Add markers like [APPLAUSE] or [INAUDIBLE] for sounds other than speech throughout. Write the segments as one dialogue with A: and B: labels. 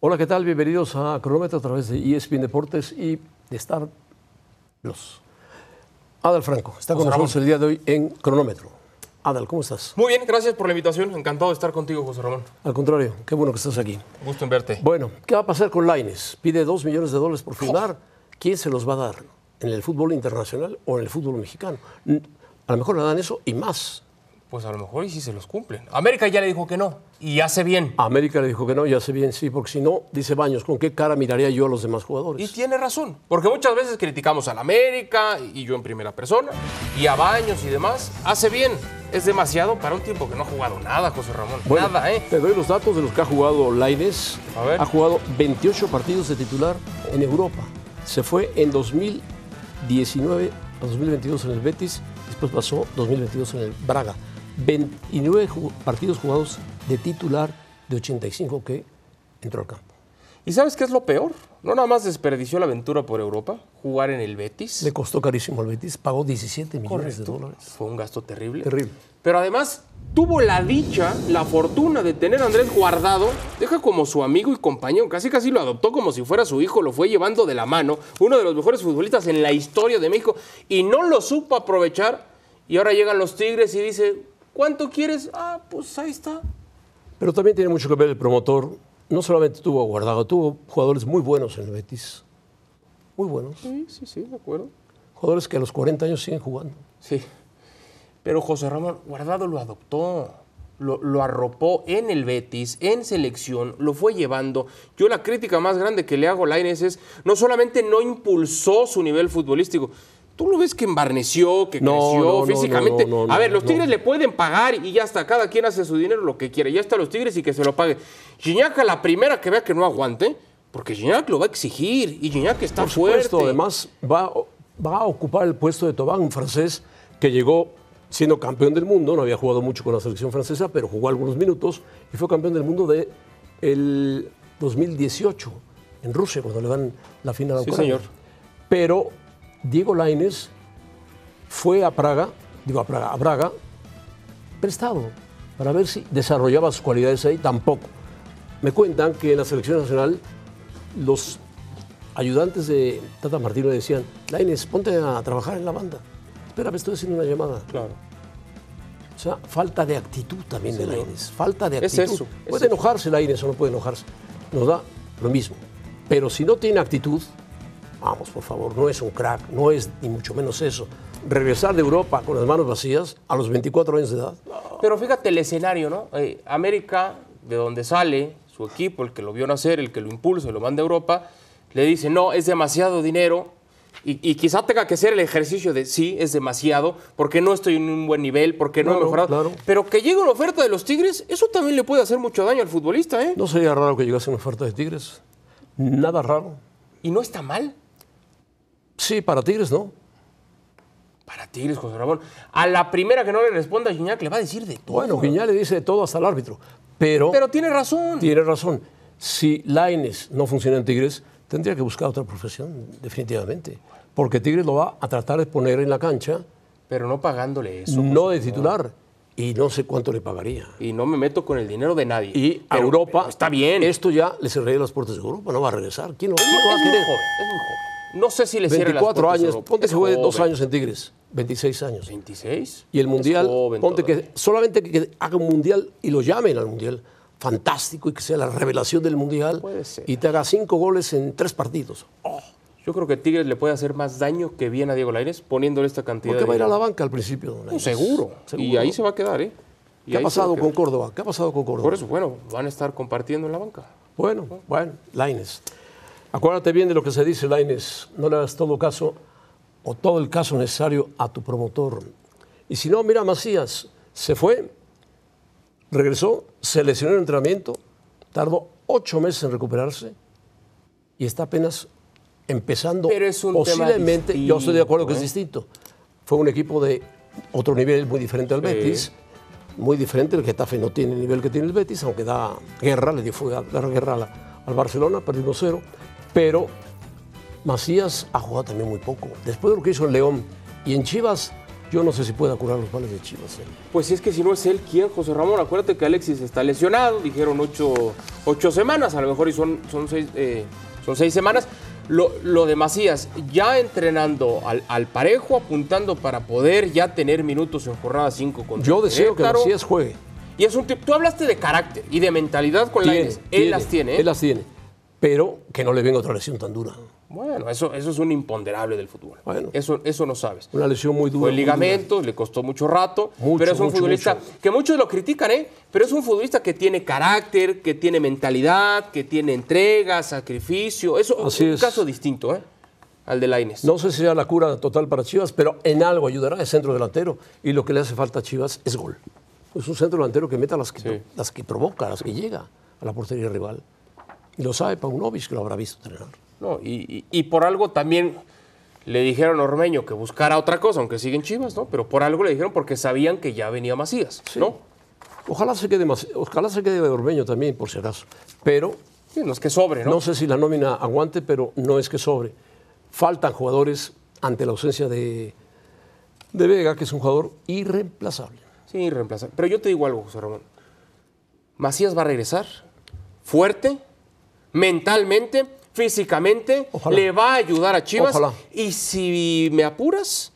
A: Hola, ¿qué tal? Bienvenidos a Cronómetro a través de E ESPN Deportes y de Star Plus. Adal Franco está con
B: José Ramón.
A: nosotros el día de hoy en Cronómetro. Adal, ¿cómo estás?
B: Muy bien, gracias por la invitación. Encantado de estar contigo, José Ramón.
A: Al contrario, qué bueno que estás aquí.
B: Gusto en verte.
A: Bueno, ¿qué va a pasar con Laines? Pide 2 millones de dólares por firmar. ¿Quién se los va a dar? ¿En el fútbol internacional o en el fútbol mexicano? N- A lo mejor le dan eso y más.
B: Pues a lo mejor y si se los cumplen. América ya le dijo que no y hace bien.
A: A América le dijo que no, ya sé bien, sí, porque si no, dice Baños, ¿con qué cara miraría yo a los demás
B: Y
A: jugadores?
B: tiene razón, porque muchas veces criticamos a la América y yo en primera persona y a Baños y demás. Hace bien. Es demasiado para un tiempo que no ha jugado nada, José Ramón.
A: Bueno,
B: nada, ¿eh?
A: Te doy los datos de los que ha jugado Laines.
B: A ver.
A: Ha jugado 28 partidos de titular en Europa. Se fue en 2019 a 2022 en el Betis, después pasó 2022 en el Braga. 29 ju- partidos jugados de titular de 85 que entró al campo.
B: ¿Y sabes qué es lo peor? No nada más desperdició la aventura por Europa, jugar en el Betis.
A: Le costó carísimo al Betis, pagó 17 millones de dólares.
B: Fue un gasto terrible.
A: Terrible.
B: Pero además tuvo la dicha, la fortuna de tener a Andrés Guardado, deja como su amigo y compañero, casi casi lo adoptó como si fuera su hijo, lo fue llevando de la mano, uno de los mejores futbolistas en la historia de México, y no lo supo aprovechar, y ahora llegan los Tigres y dice, ¿cuánto quieres? Ah, pues ahí está.
A: Pero también tiene mucho que ver el promotor. No solamente tuvo a Guardado, tuvo jugadores muy buenos en el Betis. Muy buenos.
B: Sí, sí, sí, de acuerdo.
A: Jugadores que a los 40 años siguen jugando.
B: Sí. Pero José Ramón Guardado lo adoptó, lo, lo arropó en el Betis, en selección, lo fue llevando. Yo la crítica más grande que le hago a Lainez es no solamente no impulsó su nivel futbolístico, tú lo ves que embarneció, que
A: No,
B: creció
A: no, no,
B: físicamente.
A: no, no, no,
B: a ver, los
A: no.
B: Tigres le pueden pagar y ya está, cada quien hace su dinero lo que quiere, ya está los Tigres y que se lo pague. Gignac a la primera que vea que no aguante, porque Gignac lo va a exigir y Gignac está
A: Por supuesto,
B: fuerte.
A: además va, va a ocupar el puesto de Tobán, un francés que llegó siendo campeón del mundo, no había jugado mucho con la selección francesa, pero jugó algunos minutos y fue campeón del mundo de el 2018 en Rusia cuando le dan la final a
B: Sí,
A: Ucrania.
B: señor.
A: Pero Diego Lainez fue a Praga, digo a Praga, a Braga prestado para ver si desarrollaba sus cualidades ahí, tampoco. Me cuentan que en la selección nacional los ayudantes de Tata Martino le decían, Laines, ponte a trabajar en la banda. Espérame, estoy haciendo una llamada.
B: Claro.
A: O sea, falta de actitud también de
B: señor.
A: Laines. Falta de
B: Es
A: actitud.
B: eso, es
A: puede
B: eso.
A: enojarse Laines o no puede enojarse. Nos da lo mismo. Pero si no tiene actitud, vamos, por favor, no es un crack, no es ni mucho menos eso. Regresar de Europa con las manos vacías a los 24 años de edad.
B: Pero fíjate el escenario, ¿no? Eh, América, de donde sale su equipo, el que lo vio nacer, el que lo impulsa y lo manda a Europa, le dice, no, es demasiado dinero. Y, y quizá tenga que ser el ejercicio de sí, es demasiado, porque no estoy en un buen nivel, porque no he
A: Claro,
B: mejorado.
A: claro.
B: Pero que llegue una oferta de los Tigres, eso también le puede hacer mucho daño al futbolista, ¿eh?
A: No sería raro que llegase una oferta de Tigres. Nada raro.
B: Y no está mal
A: Sí, para Tigres no.
B: para Tigres, José Ramón. A la primera que no le responda, Gignac le va a decir de todo.
A: Bueno, Guiñá le dice de todo hasta el árbitro. Pero,
B: Pero tiene razón.
A: tiene razón. Si Laines no funciona en Tigres, tendría que buscar otra profesión, definitivamente. Porque Tigres lo va a tratar de poner en la cancha,
B: Pero no pagándole eso.
A: no de titular. Y no sé cuánto le pagaría.
B: Y no me meto con el dinero de nadie.
A: Y a
B: Pero-
A: Europa.
B: pero está bien.
A: Esto ya le cerraría las puertas de Europa, no va a regresar. ¿Quién lo, quién lo va a
B: Es muy
A: querer?
B: joven, es muy joven. No sé si le cierre las
A: 24
B: puertas a
A: años.
B: Europa.
A: Ponte
B: Es
A: que juegue dos
B: joven.
A: años en Tigres. 26 años.
B: 26.
A: Y el
B: Es
A: Mundial,
B: joven
A: ponte
B: todavía.
A: que solamente que- que haga un Mundial y lo llamen al Mundial, fantástico, y que sea la revelación del Mundial,
B: Puede ser.
A: y te haga cinco goles en tres partidos.
B: Yo creo que Tigres le puede hacer más daño que bien a Diego Lainez poniéndole esta cantidad
A: Porque
B: de
A: va a ir a la
B: dinero.
A: banca al principio. don
B: No,
A: Lainez.
B: seguro. Y ahí se va a quedar, ¿eh? Y
A: ¿Qué ha
B: ahí se va a
A: pasado
B: quedar.
A: con Córdoba? ¿Qué ha pasado con Córdoba?
B: Por eso, bueno, van a estar compartiendo en la banca.
A: Bueno, bueno, Laines. Acuérdate bien de lo que se dice, Laines. No le hagas todo caso o todo el caso necesario a tu promotor. Y si no, mira, Macías se fue, regresó, se lesionó en entrenamiento, tardó ocho meses en recuperarse y está apenas empezando.
B: Pero es un tema
A: posiblemente, yo estoy de acuerdo que es
B: distinto, ¿eh?
A: distinto. Fue un equipo de otro nivel muy diferente al
B: Sí.
A: Betis, muy diferente. El Getafe no tiene el nivel que tiene el Betis, aunque da guerra, le dio fuego, dar guerra a la- al Barcelona, perdió 1-0. Pero Macías ha jugado también muy poco. Después de lo que hizo en León y en Chivas, Yo no sé si pueda curar los males de Chivas. ¿eh?
B: Pues si es que si no es él, ¿quién? José Ramón, acuérdate que Alexis está lesionado, dijeron ocho, ocho semanas, a lo mejor y son, son, seis, eh, son seis semanas. Lo, lo de Macías, ya entrenando al, al parejo, apuntando para poder ya tener minutos en jornada 5 contra
A: Yo deseo que
B: Querétaro.
A: Macías juegue.
B: Y es un tipo, tú hablaste de carácter y de mentalidad con
A: Tiene,
B: Lainez. Él las tiene. ¿eh?
A: Él las tiene. Pero que no le venga otra lesión tan dura.
B: Bueno, eso, eso es un imponderable del fútbol.
A: Bueno.
B: Eso, eso no sabes.
A: Una lesión muy dura.
B: Fue
A: muy dura.
B: ligamentos, le costó mucho rato,
A: Mucho,
B: pero es un
A: mucho,
B: futbolista
A: mucho.
B: que muchos lo critican, ¿eh? Pero es un futbolista que tiene carácter, que tiene mentalidad, que tiene entrega, sacrificio. Eso
A: Así
B: es un
A: es.
B: caso distinto, ¿eh? Al de Laines.
A: No sé si sea la cura total para Chivas, pero en algo ayudará el centro delantero. Y lo que le hace falta a Chivas es gol. Es un centro delantero que meta las que,
B: Sí.
A: las que provoca, las que llega a la portería rival. Y lo sabe Paunovic, que lo habrá visto entrenar.
B: No, y, y- y por algo también le dijeron a Ormeño que buscara otra cosa, aunque siguen Chivas, ¿no? Pero por algo le dijeron porque sabían que ya venía Macías, ¿no?
A: Ojalá se quede más, ojalá se quede Ormeño también, por si acaso. Pero
B: Sí, no es que sobre, ¿no?
A: no sé si la nómina aguante, pero no es que sobre. Faltan jugadores ante la ausencia de, de Vega, que es un jugador irreemplazable.
B: Sí, reemplazar. Pero yo te digo algo, José Ramón. Macías va a regresar fuerte, mentalmente, físicamente.
A: Ojalá.
B: Le va a ayudar a Chivas.
A: Ojalá.
B: Y si me apuras,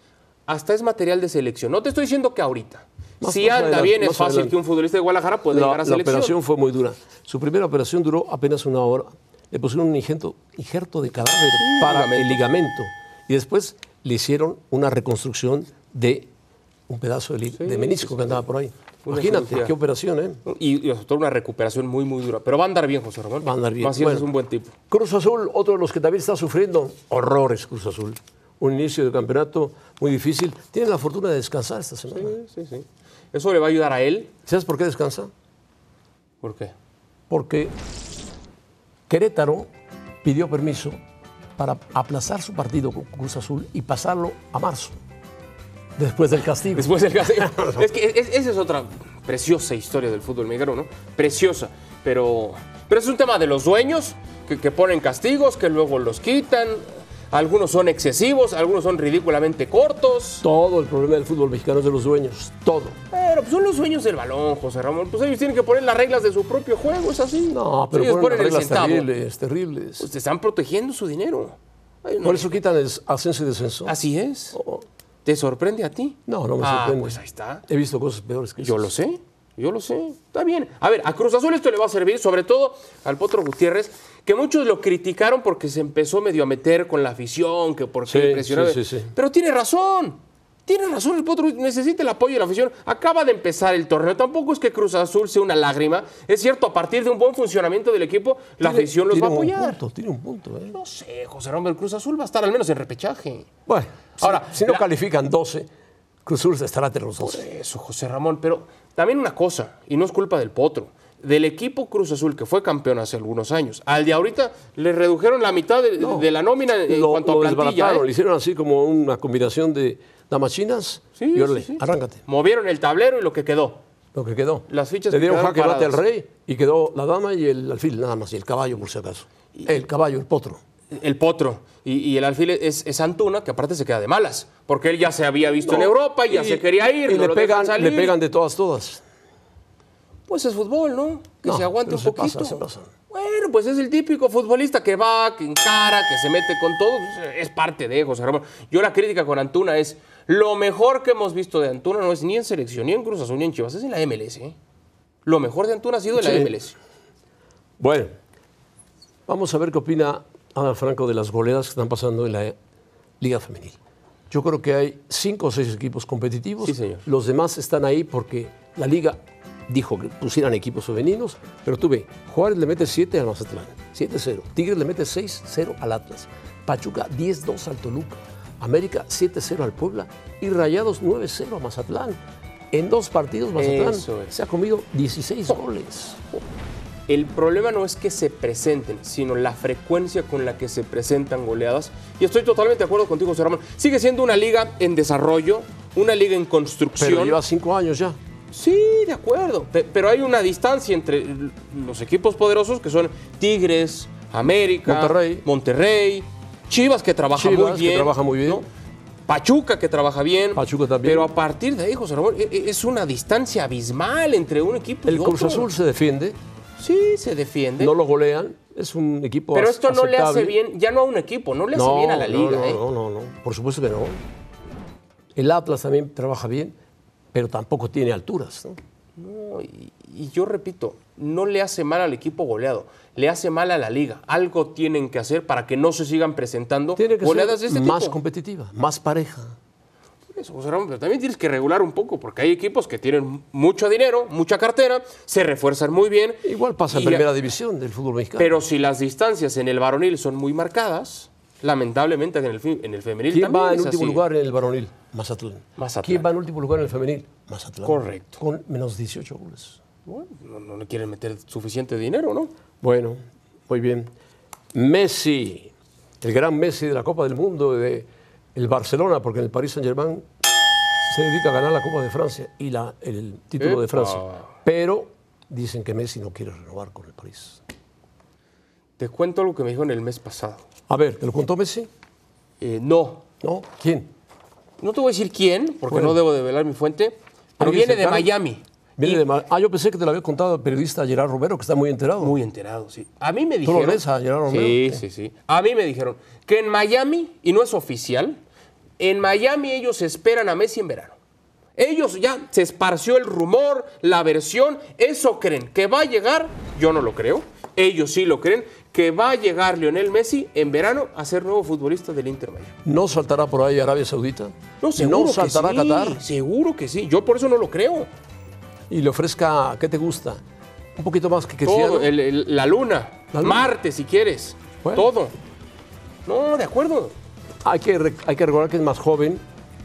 B: hasta es material de selección. No te estoy diciendo que ahorita.
A: Más-
B: si
A: más
B: anda
A: adelante,
B: bien, es
A: más
B: fácil
A: adelante.
B: que un futbolista de Guadalajara pueda
A: La,
B: llegar a
A: la
B: selección.
A: operación fue muy dura. Su primera operación duró apenas una hora. Le pusieron un injerto, injerto de cadáver para el ligamento. Y después le hicieron una reconstrucción de un pedazo de, li- de menisco que andaba por ahí.
B: Una
A: Imagínate,
B: cirugía.
A: qué operación, ¿eh?
B: Y, y sobre todo una recuperación muy, muy dura. Pero va a andar bien, José Ramón.
A: Va a andar bien.
B: Macías
A: Bueno.
B: es un buen tipo.
A: Cruz Azul, otro de los que también está sufriendo horrores, Cruz Azul. Un inicio de campeonato muy difícil. Tiene la fortuna de descansar esta semana.
B: Sí, sí, sí. Eso le va a ayudar a él.
A: ¿Sabes por qué descansa?
B: ¿Por qué?
A: porque Querétaro pidió permiso para aplazar su partido con Cruz Azul y pasarlo a marzo, después del castigo.
B: Después
A: [LAUGHS]
B: del castigo. es que es- esa es otra preciosa historia del fútbol mexicano, ¿no? Preciosa. Pero, pero es un tema de los dueños que, que ponen castigos, que luego los quitan. Algunos son excesivos, algunos son ridículamente cortos.
A: Todo el problema del fútbol mexicano es de los dueños, todo.
B: Pero pues, son los dueños del balón, José Ramón. Pues ellos tienen que poner las reglas de su propio juego, es así.
A: No, pero
B: ellos
A: ponen las
B: ponen el
A: reglas
B: centavo.
A: terribles, terribles.
B: Pues, te están protegiendo su dinero. Ay, no.
A: Por eso quitan el ascenso y descenso.
B: Así es.
A: Oh,
B: ¿Te sorprende a ti?
A: No, no me
B: Ah,
A: sorprende.
B: pues ahí está.
A: He visto cosas peores que
B: Yo
A: esas.
B: lo sé, yo lo sé. Está bien. A ver, a Cruz Azul esto le va a servir, sobre todo al Potro Gutiérrez, que muchos lo criticaron porque se empezó medio a meter con la afición, que porque
A: Sí,
B: le presionaba.
A: sí, sí, sí.
B: Pero tiene razón. Tiene razón el Potro, necesita el apoyo de la afición. Acaba de empezar el torneo. Tampoco es que Cruz Azul sea una lágrima. Es cierto, a partir de un buen funcionamiento del equipo, la
A: Tiene-
B: afición los va a
A: tiene un
B: apoyar.
A: punto, tiene un punto. ¿eh?
B: No sé, José Romero, el Cruz Azul va a estar al menos en repechaje.
A: Bueno,
B: Ahora,
A: ahora, si no
B: la-
A: califican 12, Cruz Azul estará entre los 12.
B: Eso, José Ramón, pero también una cosa, y no es culpa del Potro, del equipo Cruz Azul que fue campeón hace algunos años, al de ahorita le redujeron la mitad de, de la nómina Eh, en
A: lo,
B: cuanto
A: lo
B: a plantilla.
A: desbarataron,
B: ¿eh?
A: le hicieron así como una combinación de damachinas
B: Sí,
A: y órale,
B: sí, sí.
A: arráncate,
B: Movieron el tablero y lo que quedó.
A: lo que quedó.
B: Las fichas
A: Le dieron
B: quedaron
A: jaque mate al
B: paradas.
A: rey y quedó la dama y el alfil, nada más, y el caballo por si acaso. El caballo, el potro.
B: El Potro y, y el alfil es, es Antuna, que aparte se queda de malas, porque él ya se había visto en Europa, ya se quería ir,
A: Y
B: no
A: le,
B: lo
A: pegan,
B: dejan salir.
A: le pegan de todas, todas.
B: Pues es fútbol, ¿no? Que
A: No,
B: se aguante
A: pero
B: un
A: se
B: poquito.
A: pasa, se pasa.
B: Bueno, pues es el típico futbolista que va, que encara, que se mete con todo. Pues, Es parte de José Ramón. Yo la crítica con Antuna es, lo mejor que hemos visto de Antuna no es ni en selección, ni en Cruz Azul, ni en Chivas, es en la MLS. ¿eh? Lo mejor de Antuna ha sido en
A: Sí.
B: la MLS.
A: Bueno, vamos a ver qué opina Ana Franco de las goleadas que están pasando en la Liga Femenil. Yo creo que hay cinco o seis equipos competitivos.
B: Sí, señor.
A: Los demás están ahí porque la Liga dijo que pusieran equipos femeninos, pero tú ve, Juárez le mete 7 al Mazatlán, 7-0. Tigres le mete 6-0 al Atlas. Pachuca 10-2 al Toluca. América 7-0 al Puebla y Rayados 9-0 a Mazatlán. En dos partidos Mazatlán
B: Eso es.
A: se ha comido 16 goles.
B: El problema no es que se presenten, sino la frecuencia con la que se presentan goleadas. Y estoy totalmente de acuerdo contigo, José Ramón. Sigue siendo una liga en desarrollo, una liga en construcción.
A: Pero lleva cinco años ya.
B: Sí, de acuerdo. Pe- pero hay una distancia entre l- los equipos poderosos que son Tigres, América,
A: Monterrey.
B: Monterrey, Chivas que trabaja
A: Chivas,
B: muy
A: que
B: bien.
A: trabaja muy bien.
B: Pachuca que trabaja bien.
A: Pachuca también.
B: Pero a partir de ahí, José Ramón, e- e- es una distancia abismal entre un equipo y
A: El
B: otro.
A: Cruz Azul se defiende,
B: Sí, se defiende.
A: no lo golean, es un equipo
B: pero esto no le hace
A: aceptable.
B: bien, ya no a un equipo, no le hace
A: no,
B: bien a la
A: no,
B: liga.
A: No,
B: ¿eh?
A: no, no, no, por supuesto que no. El Atlas también trabaja bien, pero tampoco tiene alturas. ¿no?
B: No, y, y yo repito, no le hace mal al equipo goleado, le hace mal a la liga. Algo tienen que hacer para que no se sigan presentando
A: Tiene que
B: goleadas
A: ser
B: de este
A: más
B: tipo.
A: competitiva, más pareja.
B: Eso, José Ramón, pero también tienes que regular un poco, porque hay equipos que tienen mucho dinero, mucha cartera, se refuerzan muy bien.
A: Igual pasa en
B: y-
A: primera división del fútbol mexicano.
B: Pero si las distancias en el varonil son muy marcadas, lamentablemente en el, fi- en el femenil
A: ¿Quién
B: también
A: va en
B: es
A: último
B: así.
A: lugar en el varonil? Mazatlán.
B: Mazatlán.
A: ¿Quién va en último lugar en el femenil? Mazatlán.
B: Correcto.
A: Con menos 18 goles.
B: Bueno, no, no le quieren meter suficiente dinero, ¿no?
A: Bueno, muy bien. Messi, el gran Messi de la Copa del Mundo de el Barcelona, porque en el Paris Saint-Germain se dedica a ganar la Copa de Francia y la- el título de
B: Epa.
A: Francia. Pero dicen que Messi no quiere renovar con el París.
B: Te cuento lo que me dijo en el mes pasado.
A: A ver, ¿te lo contó Messi?
B: Eh, no,
A: ¿No? ¿Quién?
B: no te voy a decir quién, porque
A: Bueno.
B: no debo develar mi fuente, pero
A: ¿Alguien
B: viene de
A: cercano?
B: Miami.
A: Viene de Mar- Ah, yo pensé que te lo había contado el periodista Gerard Romero, que está muy enterado.
B: Muy enterado, sí. A mí me
A: ¿Tú
B: dijeron.
A: lo ves a Gerard Romero?
B: Sí, sí, sí. A mí me dijeron que en Miami, y no es oficial, en Miami ellos esperan a Messi en verano. Ellos ya se esparció el rumor, la versión, eso creen. ¿Que va a llegar? Yo no lo creo. Ellos sí lo creen. Que va a llegar Lionel Messi en verano a ser nuevo futbolista del Inter Miami.
A: ¿No saltará por ahí Arabia Saudita?
B: No, seguro que
A: saltará
B: sí,
A: a Qatar?
B: Seguro que sí. Yo por eso no lo creo.
A: Y le ofrezca, ¿qué te gusta? Un poquito más que Cristiano.
B: Todo, el- el- la, luna,
A: La luna.
B: Marte, si quieres.
A: Bueno.
B: Todo. No, de acuerdo.
A: Hay, que, re- hay que recordar que es más joven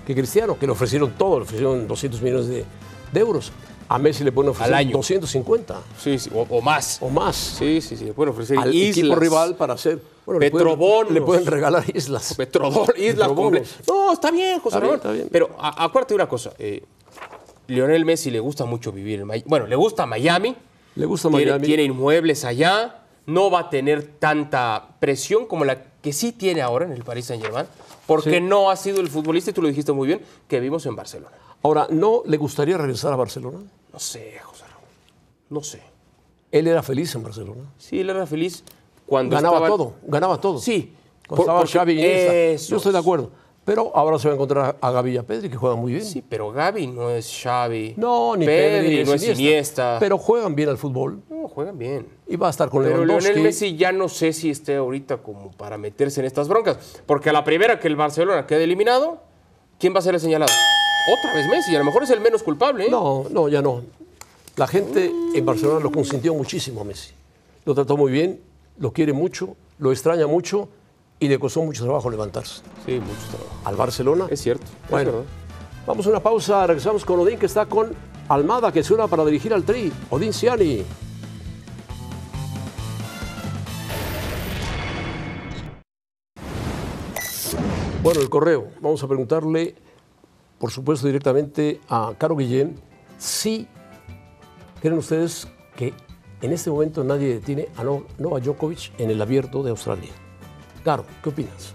A: que Cristiano, que le ofrecieron todo, le ofrecieron 200 millones de, de euros. A Messi le pueden ofrecer
B: Al año.
A: 250
B: Sí, sí, o, o más.
A: o más.
B: Sí, sí, sí. Le pueden ofrecer
A: Al
B: islas.
A: equipo rival para hacer. bueno, le pueden-
B: Petrobonos.
A: Le pueden regalar islas.
B: Petrodol, islas
A: Petrobonos.
B: completas. No, está bien, José
A: Está bien,
B: Ramón.
A: está bien.
B: Pero a- acuérdate de una cosa. eh, Lionel Messi le gusta mucho vivir en Miami. Bueno, le gusta Miami.
A: Le gusta
B: Tiene-
A: Miami.
B: Tiene inmuebles allá. No va a tener tanta presión como la que sí tiene ahora en el Paris Saint-Germain. Porque
A: Sí.
B: no ha sido el futbolista, y tú lo dijiste muy bien, que vimos en Barcelona.
A: Ahora, ¿no le gustaría regresar a Barcelona?
B: No sé, José Ramón. No sé.
A: Él era feliz en Barcelona.
B: Sí, él era feliz cuando
A: Ganaba
B: estaba-
A: todo, ganaba todo.
B: Sí.
A: Cuando
B: Por-
A: estaba
B: porque-
A: Xavi y Iniesta.
B: Eso
A: Yo estoy de
B: es.
A: acuerdo. Pero ahora se va a encontrar a Gaby y a Pedri, que juegan muy bien.
B: Sí, pero Gaby no es Xavi.
A: No, ni Pedri,
B: Pedri, no es
A: Iniesta.
B: Iniesta.
A: Pero juegan bien al fútbol
B: No, juegan bien.
A: y va a estar con
B: Pero
A: Lewandowski.
B: Lionel Messi ya no sé si esté ahorita como para meterse en estas broncas. Porque a la primera que el Barcelona quede eliminado, ¿quién va a ser el señalado? Otra vez Messi. A lo mejor es el menos culpable. ¿eh?
A: No, no, ya no. La gente en Barcelona lo consintió muchísimo a Messi. Lo trató muy bien, lo quiere mucho, lo extraña mucho y le costó mucho trabajo levantarse.
B: Sí, mucho trabajo.
A: Al Barcelona.
B: Es cierto. es
A: Bueno.
B: verdad.
A: Vamos a una pausa, regresamos con Odín que está con Almada que suena para dirigir al Tri. Odín Ciani. Bueno, el correo. Vamos a preguntarle, por supuesto, directamente a Caro Guillén si creen ustedes que en este momento nadie detiene a No- Novak Djokovic en el abierto de Australia. Caro, ¿qué opinas?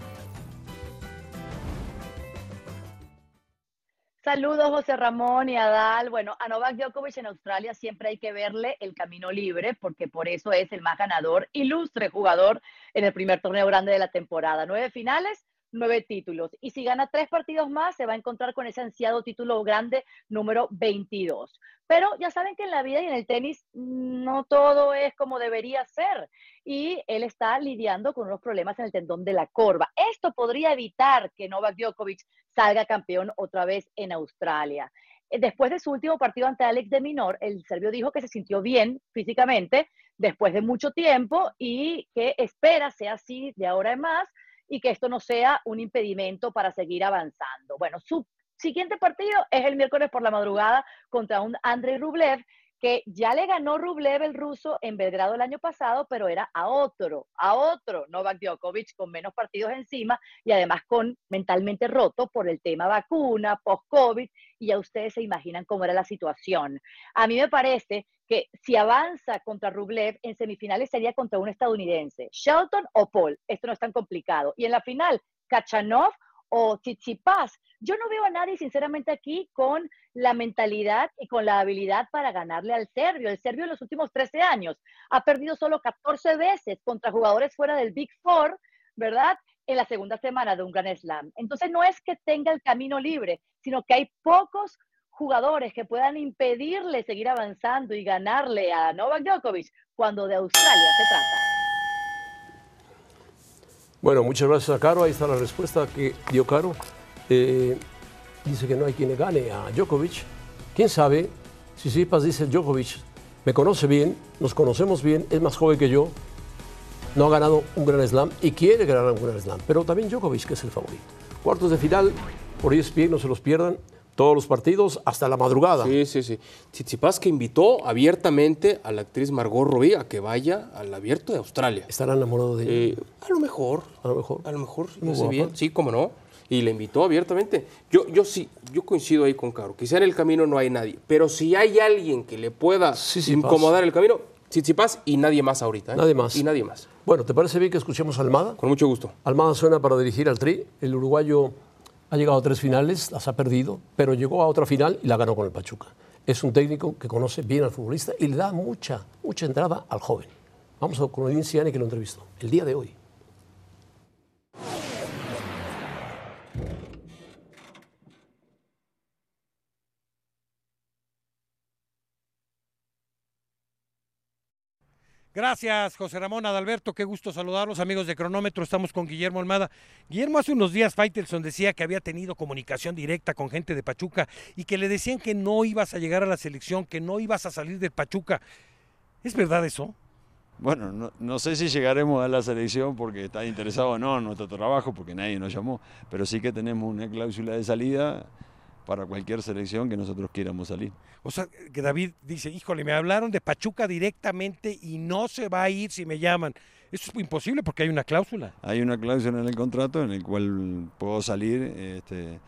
C: Saludos, José Ramón y Adal. Bueno, a Novak Djokovic en Australia siempre hay que verle el camino libre, porque por eso es el más ganador, ilustre jugador en el primer torneo grande de la temporada. Nueve finales, nueve títulos. Y si gana tres partidos más, se va a encontrar con ese ansiado título grande número 22. Pero ya saben que en la vida y en el tenis no todo es como debería ser. Y él está lidiando con unos problemas en el tendón de la corva. Esto podría evitar que Novak Djokovic salga campeón otra vez en Australia. Eh, Después de su último partido ante Alex de Minor, el serbio dijo que se sintió bien físicamente después de mucho tiempo y que espera sea así de ahora en más y que esto no sea un impedimento para seguir avanzando. Bueno, su siguiente partido es el miércoles por la madrugada contra un Andrei Rublev que ya le ganó Rublev el ruso en Belgrado el año pasado, pero era a otro, a otro Novak Djokovic con menos partidos encima y además con mentalmente roto por el tema vacuna, post-COVID, y ya ustedes se imaginan cómo era la situación. A mí me parece que si avanza contra Rublev, en semifinales sería contra un estadounidense, Shelton o Paul, esto no es tan complicado. Y en la final, Kachanov o Tsitsipas. Yo no veo a nadie, sinceramente, aquí con la mentalidad y con la habilidad para ganarle al serbio. El serbio en los últimos 13 años ha perdido solo 14 veces contra jugadores fuera del Big Four, ¿verdad? En la segunda semana de un Grand Slam. Entonces, no es que tenga el camino libre, sino que hay pocos jugadores que puedan impedirle seguir avanzando y ganarle a Novak Djokovic cuando de Australia se trata.
A: Bueno, muchas gracias a Caro. Ahí está la respuesta que dio Caro. Eh, dice que no hay quien le gane a Djokovic. ¿Quién sabe? Si Sipas dice Djokovic me conoce bien, nos conocemos bien, es más joven que yo, no ha ganado un Gran Slam y quiere ganar un Gran Slam. Pero también Djokovic, que es el favorito. Cuartos de final, por E ESPN, no se los pierdan. Todos los partidos hasta la madrugada.
B: Sí, sí, sí. Tsitsipas que invitó abiertamente a la actriz Margot Robbie a que vaya al abierto de Australia.
A: Estará enamorado de ella.
B: Eh, a lo mejor.
A: A lo mejor.
B: A lo mejor.
A: Muy
B: no sé
A: guapa.
B: bien. Sí, cómo no. Y le invitó abiertamente. Yo, yo sí, yo coincido ahí con Caro. Quizá en el camino no hay nadie. Pero si hay alguien que le pueda
A: Tsitsipas.
B: incomodar el camino, Tsitsipas y nadie más ahorita. ¿eh?
A: Nadie más.
B: Y nadie más.
A: Bueno, ¿te parece bien que escuchemos a Almada?
B: Con mucho gusto.
A: Almada suena para dirigir al Tri. El uruguayo ha llegado a tres finales, las ha perdido, pero llegó a otra final y la ganó con el Pachuca. Es un técnico que conoce bien al futbolista y le da mucha, mucha entrada al joven. Vamos a con Odín Ciani que lo entrevistó el día de hoy.
D: Gracias, José Ramón Adalberto. Qué gusto saludarlos, amigos de Cronómetro. Estamos con Guillermo Almada. Guillermo, hace unos días Faitelson decía que había tenido comunicación directa con gente de Pachuca y que le decían que no ibas a llegar a la selección, que no ibas a salir de Pachuca. ¿Es verdad eso?
E: Bueno, no, no sé si llegaremos a la selección porque está interesado o no en nuestro trabajo, porque nadie nos llamó, pero sí que tenemos una cláusula de salida para cualquier selección que nosotros quieramos salir.
D: O sea, que David dice, híjole, me hablaron de Pachuca directamente y no se va a ir si me llaman. Eso es imposible porque hay una cláusula.
E: Hay una cláusula en el contrato en el cual puedo salir este,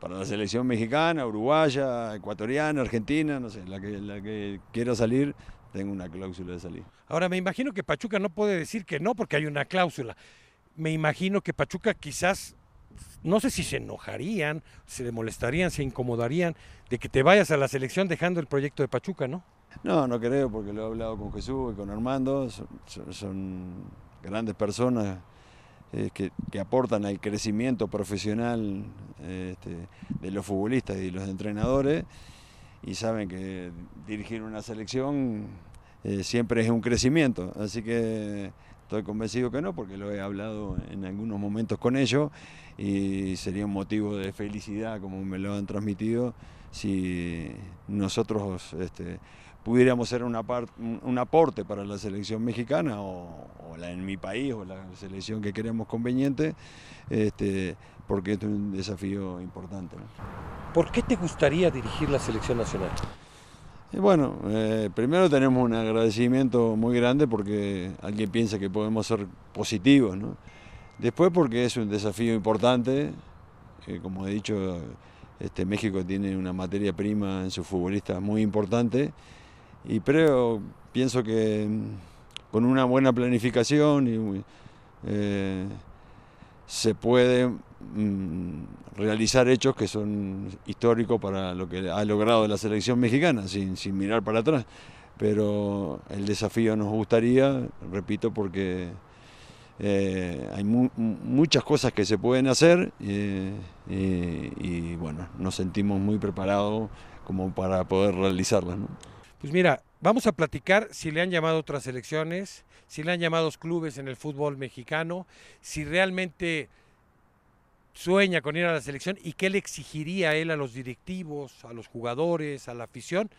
E: para la selección mexicana, uruguaya, ecuatoriana, argentina, no sé, la que, la que quiera salir, tengo una cláusula de salida.
D: Ahora, me imagino que Pachuca no puede decir que no porque hay una cláusula. Me imagino que Pachuca quizás, no sé si se enojarían, se le molestarían, se incomodarían de que te vayas a la selección dejando el proyecto de Pachuca, ¿no?
E: No, no creo, porque lo he hablado con Jesús y con Armando. Son, son- son grandes personas eh, que, que aportan al crecimiento profesional eh, este, de los futbolistas y los entrenadores. Y saben que dirigir una selección eh, siempre es un crecimiento. Así que estoy convencido que no, porque lo he hablado en algunos momentos con ellos. Y sería un motivo de felicidad, como me lo han transmitido, si nosotros este, pudiéramos ser una par- un un aporte para la selección mexicana o, o la en mi país o la selección que queremos conveniente, este, porque es un desafío importante. ¿no?
D: ¿Por qué te gustaría dirigir la selección nacional?
E: Y bueno, eh, primero tenemos un agradecimiento muy grande porque alguien piensa que podemos ser positivos, ¿no? Después porque es un desafío importante, eh, como he dicho, este, México tiene una materia prima en sus futbolistas muy importante y creo, pienso que mm, con una buena planificación y, eh, se puede mm, realizar hechos que son históricos para lo que ha logrado la selección mexicana, sin, sin mirar para atrás. Pero el desafío nos gustaría, repito, porque eh, hay mu- mu- muchas cosas que se pueden hacer eh, eh, y bueno, nos sentimos muy preparados como para poder realizarlas. ¿no?
D: Pues mira, vamos a platicar si le han llamado otras selecciones, si le han llamado clubes en el fútbol mexicano, si realmente sueña con ir a la selección y qué le exigiría él a los directivos, a los jugadores, a la afición.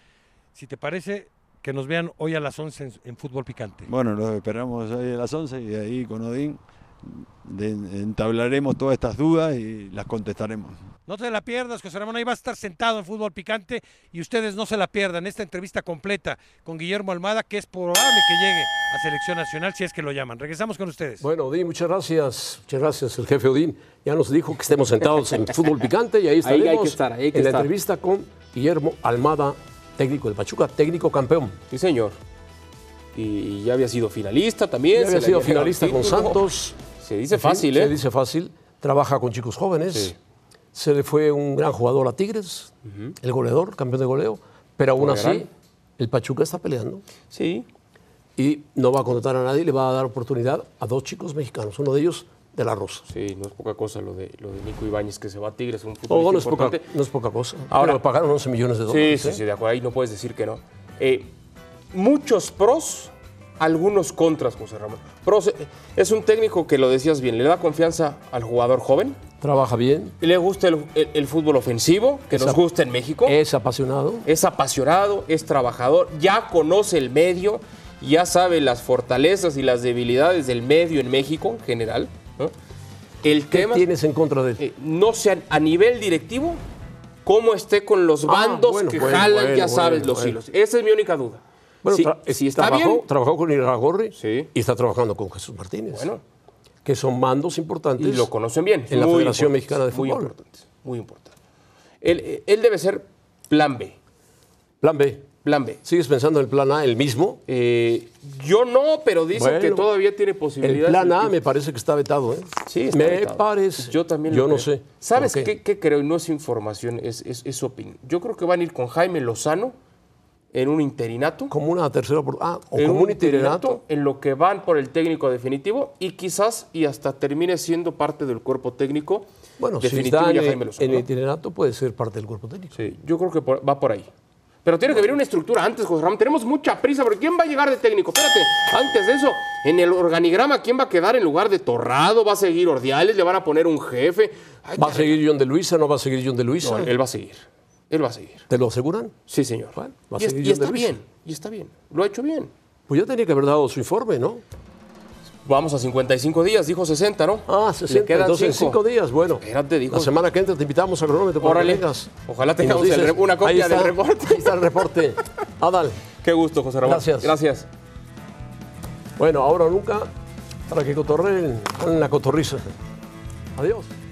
D: Si te parece, que nos vean hoy a las 11 en, en Fútbol Picante.
E: Bueno, los esperamos hoy a las 11 y ahí con Odín de- entablaremos todas estas dudas y las contestaremos.
D: No te la pierdas, José Ramón. Ahí va a estar sentado en Fútbol Picante y ustedes no se la pierdan. Esta entrevista completa con Guillermo Almada, que es probable que llegue a Selección Nacional si es que lo llaman. Regresamos con ustedes.
A: Bueno, Odín, muchas gracias. Muchas gracias. El jefe Odín ya nos dijo que estemos sentados [LAUGHS] en fútbol picante y ahí
B: Ahí hay
A: estaremos
B: que estar, ahí hay que
A: en la
B: estar.
A: entrevista con Guillermo Almada, técnico del Pachuca, técnico campeón.
B: Sí, señor. Y ya había sido finalista también.
A: Ya
B: se
A: había
B: le
A: sido
B: ganado el
A: finalista con
B: título.
A: Santos.
B: Se dice
A: En fin,
B: fácil, ¿eh?
A: Se dice fácil. trabaja con chicos jóvenes. Se le fue un gran jugador a Tigres, el goleador, campeón de goleo, pero aún
B: Golearán.
A: así el Pachuca está peleando
B: Sí.
A: y no va a contratar a nadie, le va a dar oportunidad a dos chicos mexicanos, uno de ellos de la Rosa.
B: Sí, no es poca cosa lo de, lo de Nico Ibáñez que se va a Tigres, un futbolista
A: Oh, no, es poca,
B: importante.
A: no es poca cosa.
B: Ahora-
A: Ahora pagaron 11 millones de
B: Sí,
A: dólares.
B: sí,
A: ¿eh?
B: sí, de acuerdo. Ahí no puedes decir que no. Eh, muchos pros, algunos contras, José Ramón. Pros, eh, es un técnico que lo decías bien, le da confianza al jugador joven,
A: Trabaja bien,
B: le gusta el, el- el fútbol ofensivo, que nos
A: Esa-
B: gusta en México, es,
A: es apasionado.
B: apasionado, es trabajador, ya conoce el medio, ya sabe las fortalezas y las debilidades del medio en México en general. ¿no? El
A: ¿Qué
B: tema
A: tienes en contra de él?
B: eh, no sé a nivel directivo cómo esté con los bandos
A: Ah, bueno,
B: que
A: bueno,
B: jalan,
A: bueno,
B: ya sabes,
A: bueno,
B: los
A: bueno.
B: hilos. Esa es mi única duda.
A: Bueno,
B: si,
A: tra-
B: si está
A: trabajó,
B: bien,
A: trabajó con Iragorri
B: Sí.
A: y está trabajando con Jesús Martínez.
B: Bueno.
A: Que son mandos importantes.
B: y lo conocen bien.
A: En la
B: Muy
A: Federación
B: importante,
A: Mexicana de Fútbol.
B: Muy importante, muy importante. Él, él debe ser plan B,
A: Plan B.
B: plan B.
A: ¿Sigues pensando en el plan A, el mismo?
B: Eh, yo no, pero dicen
A: Bueno,
B: que todavía tiene
A: El
B: posibilidades.
A: plan
B: de
A: A
B: que-
A: me parece que está vetado, ¿eh?
B: Sí, está
A: Me
B: vetado.
A: parece.
B: Yo también.
A: Yo no
B: lo creo.
A: sé.
B: ¿Sabes
A: ¿Por
B: qué? qué creo? Y no es información, es, es, es opinión. Yo creo que van a ir con Jaime Lozano en un interinato.
A: Como una tercera opor- Ah, o
B: en
A: como
B: un
A: un itinerato.
B: interinato, en lo que van por el técnico definitivo y quizás y hasta termine siendo parte del cuerpo técnico
A: Bueno, si
B: definitivo
A: está en,
B: ya
A: el-
B: Jaime Lozano,
A: en el
B: ¿no?
A: itinerato puede ser parte del cuerpo técnico.
B: Sí, yo creo que por- va por ahí. Pero tiene que haber una estructura antes, José Ramón. Tenemos mucha prisa, porque ¿quién va a llegar de técnico? Espérate, antes de eso, en el organigrama, ¿quién va a quedar en lugar de Torrado? ¿Va a seguir Ordiales? ¿Le van a poner un jefe? Ay,
A: ¿Va a seguir John de Luisa? ¿No va a seguir John de Luisa?
B: no, él va a seguir. Él va a seguir.
A: ¿Te lo aseguran?
B: Sí, señor.
A: Bueno, va a
B: y es-
A: seguir
B: y
A: John de
B: está
A: Luisa.
B: bien, y está bien. Lo ha hecho bien.
A: Pues ya tenía que haber dado su informe, ¿no?
B: Vamos a 55 días, dijo 60, ¿no?
A: Ah, 60,
B: Le quedan
A: entonces en
B: cinco.
A: cinco días, bueno.
B: Espérate, dijo.
A: La semana que entra te invitamos a cronómetro para
B: Órale.
A: que vengas.
B: Ojalá
A: Y nos
B: tengamos el re- una copia
A: ahí está,
B: del reporte.
A: Ahí está el reporte. Ah, Adal,
B: Qué gusto, José Ramón.
A: Gracias.
B: Gracias.
A: bueno, ahora o nunca, para que cotorreen con la cotorriza. Adiós.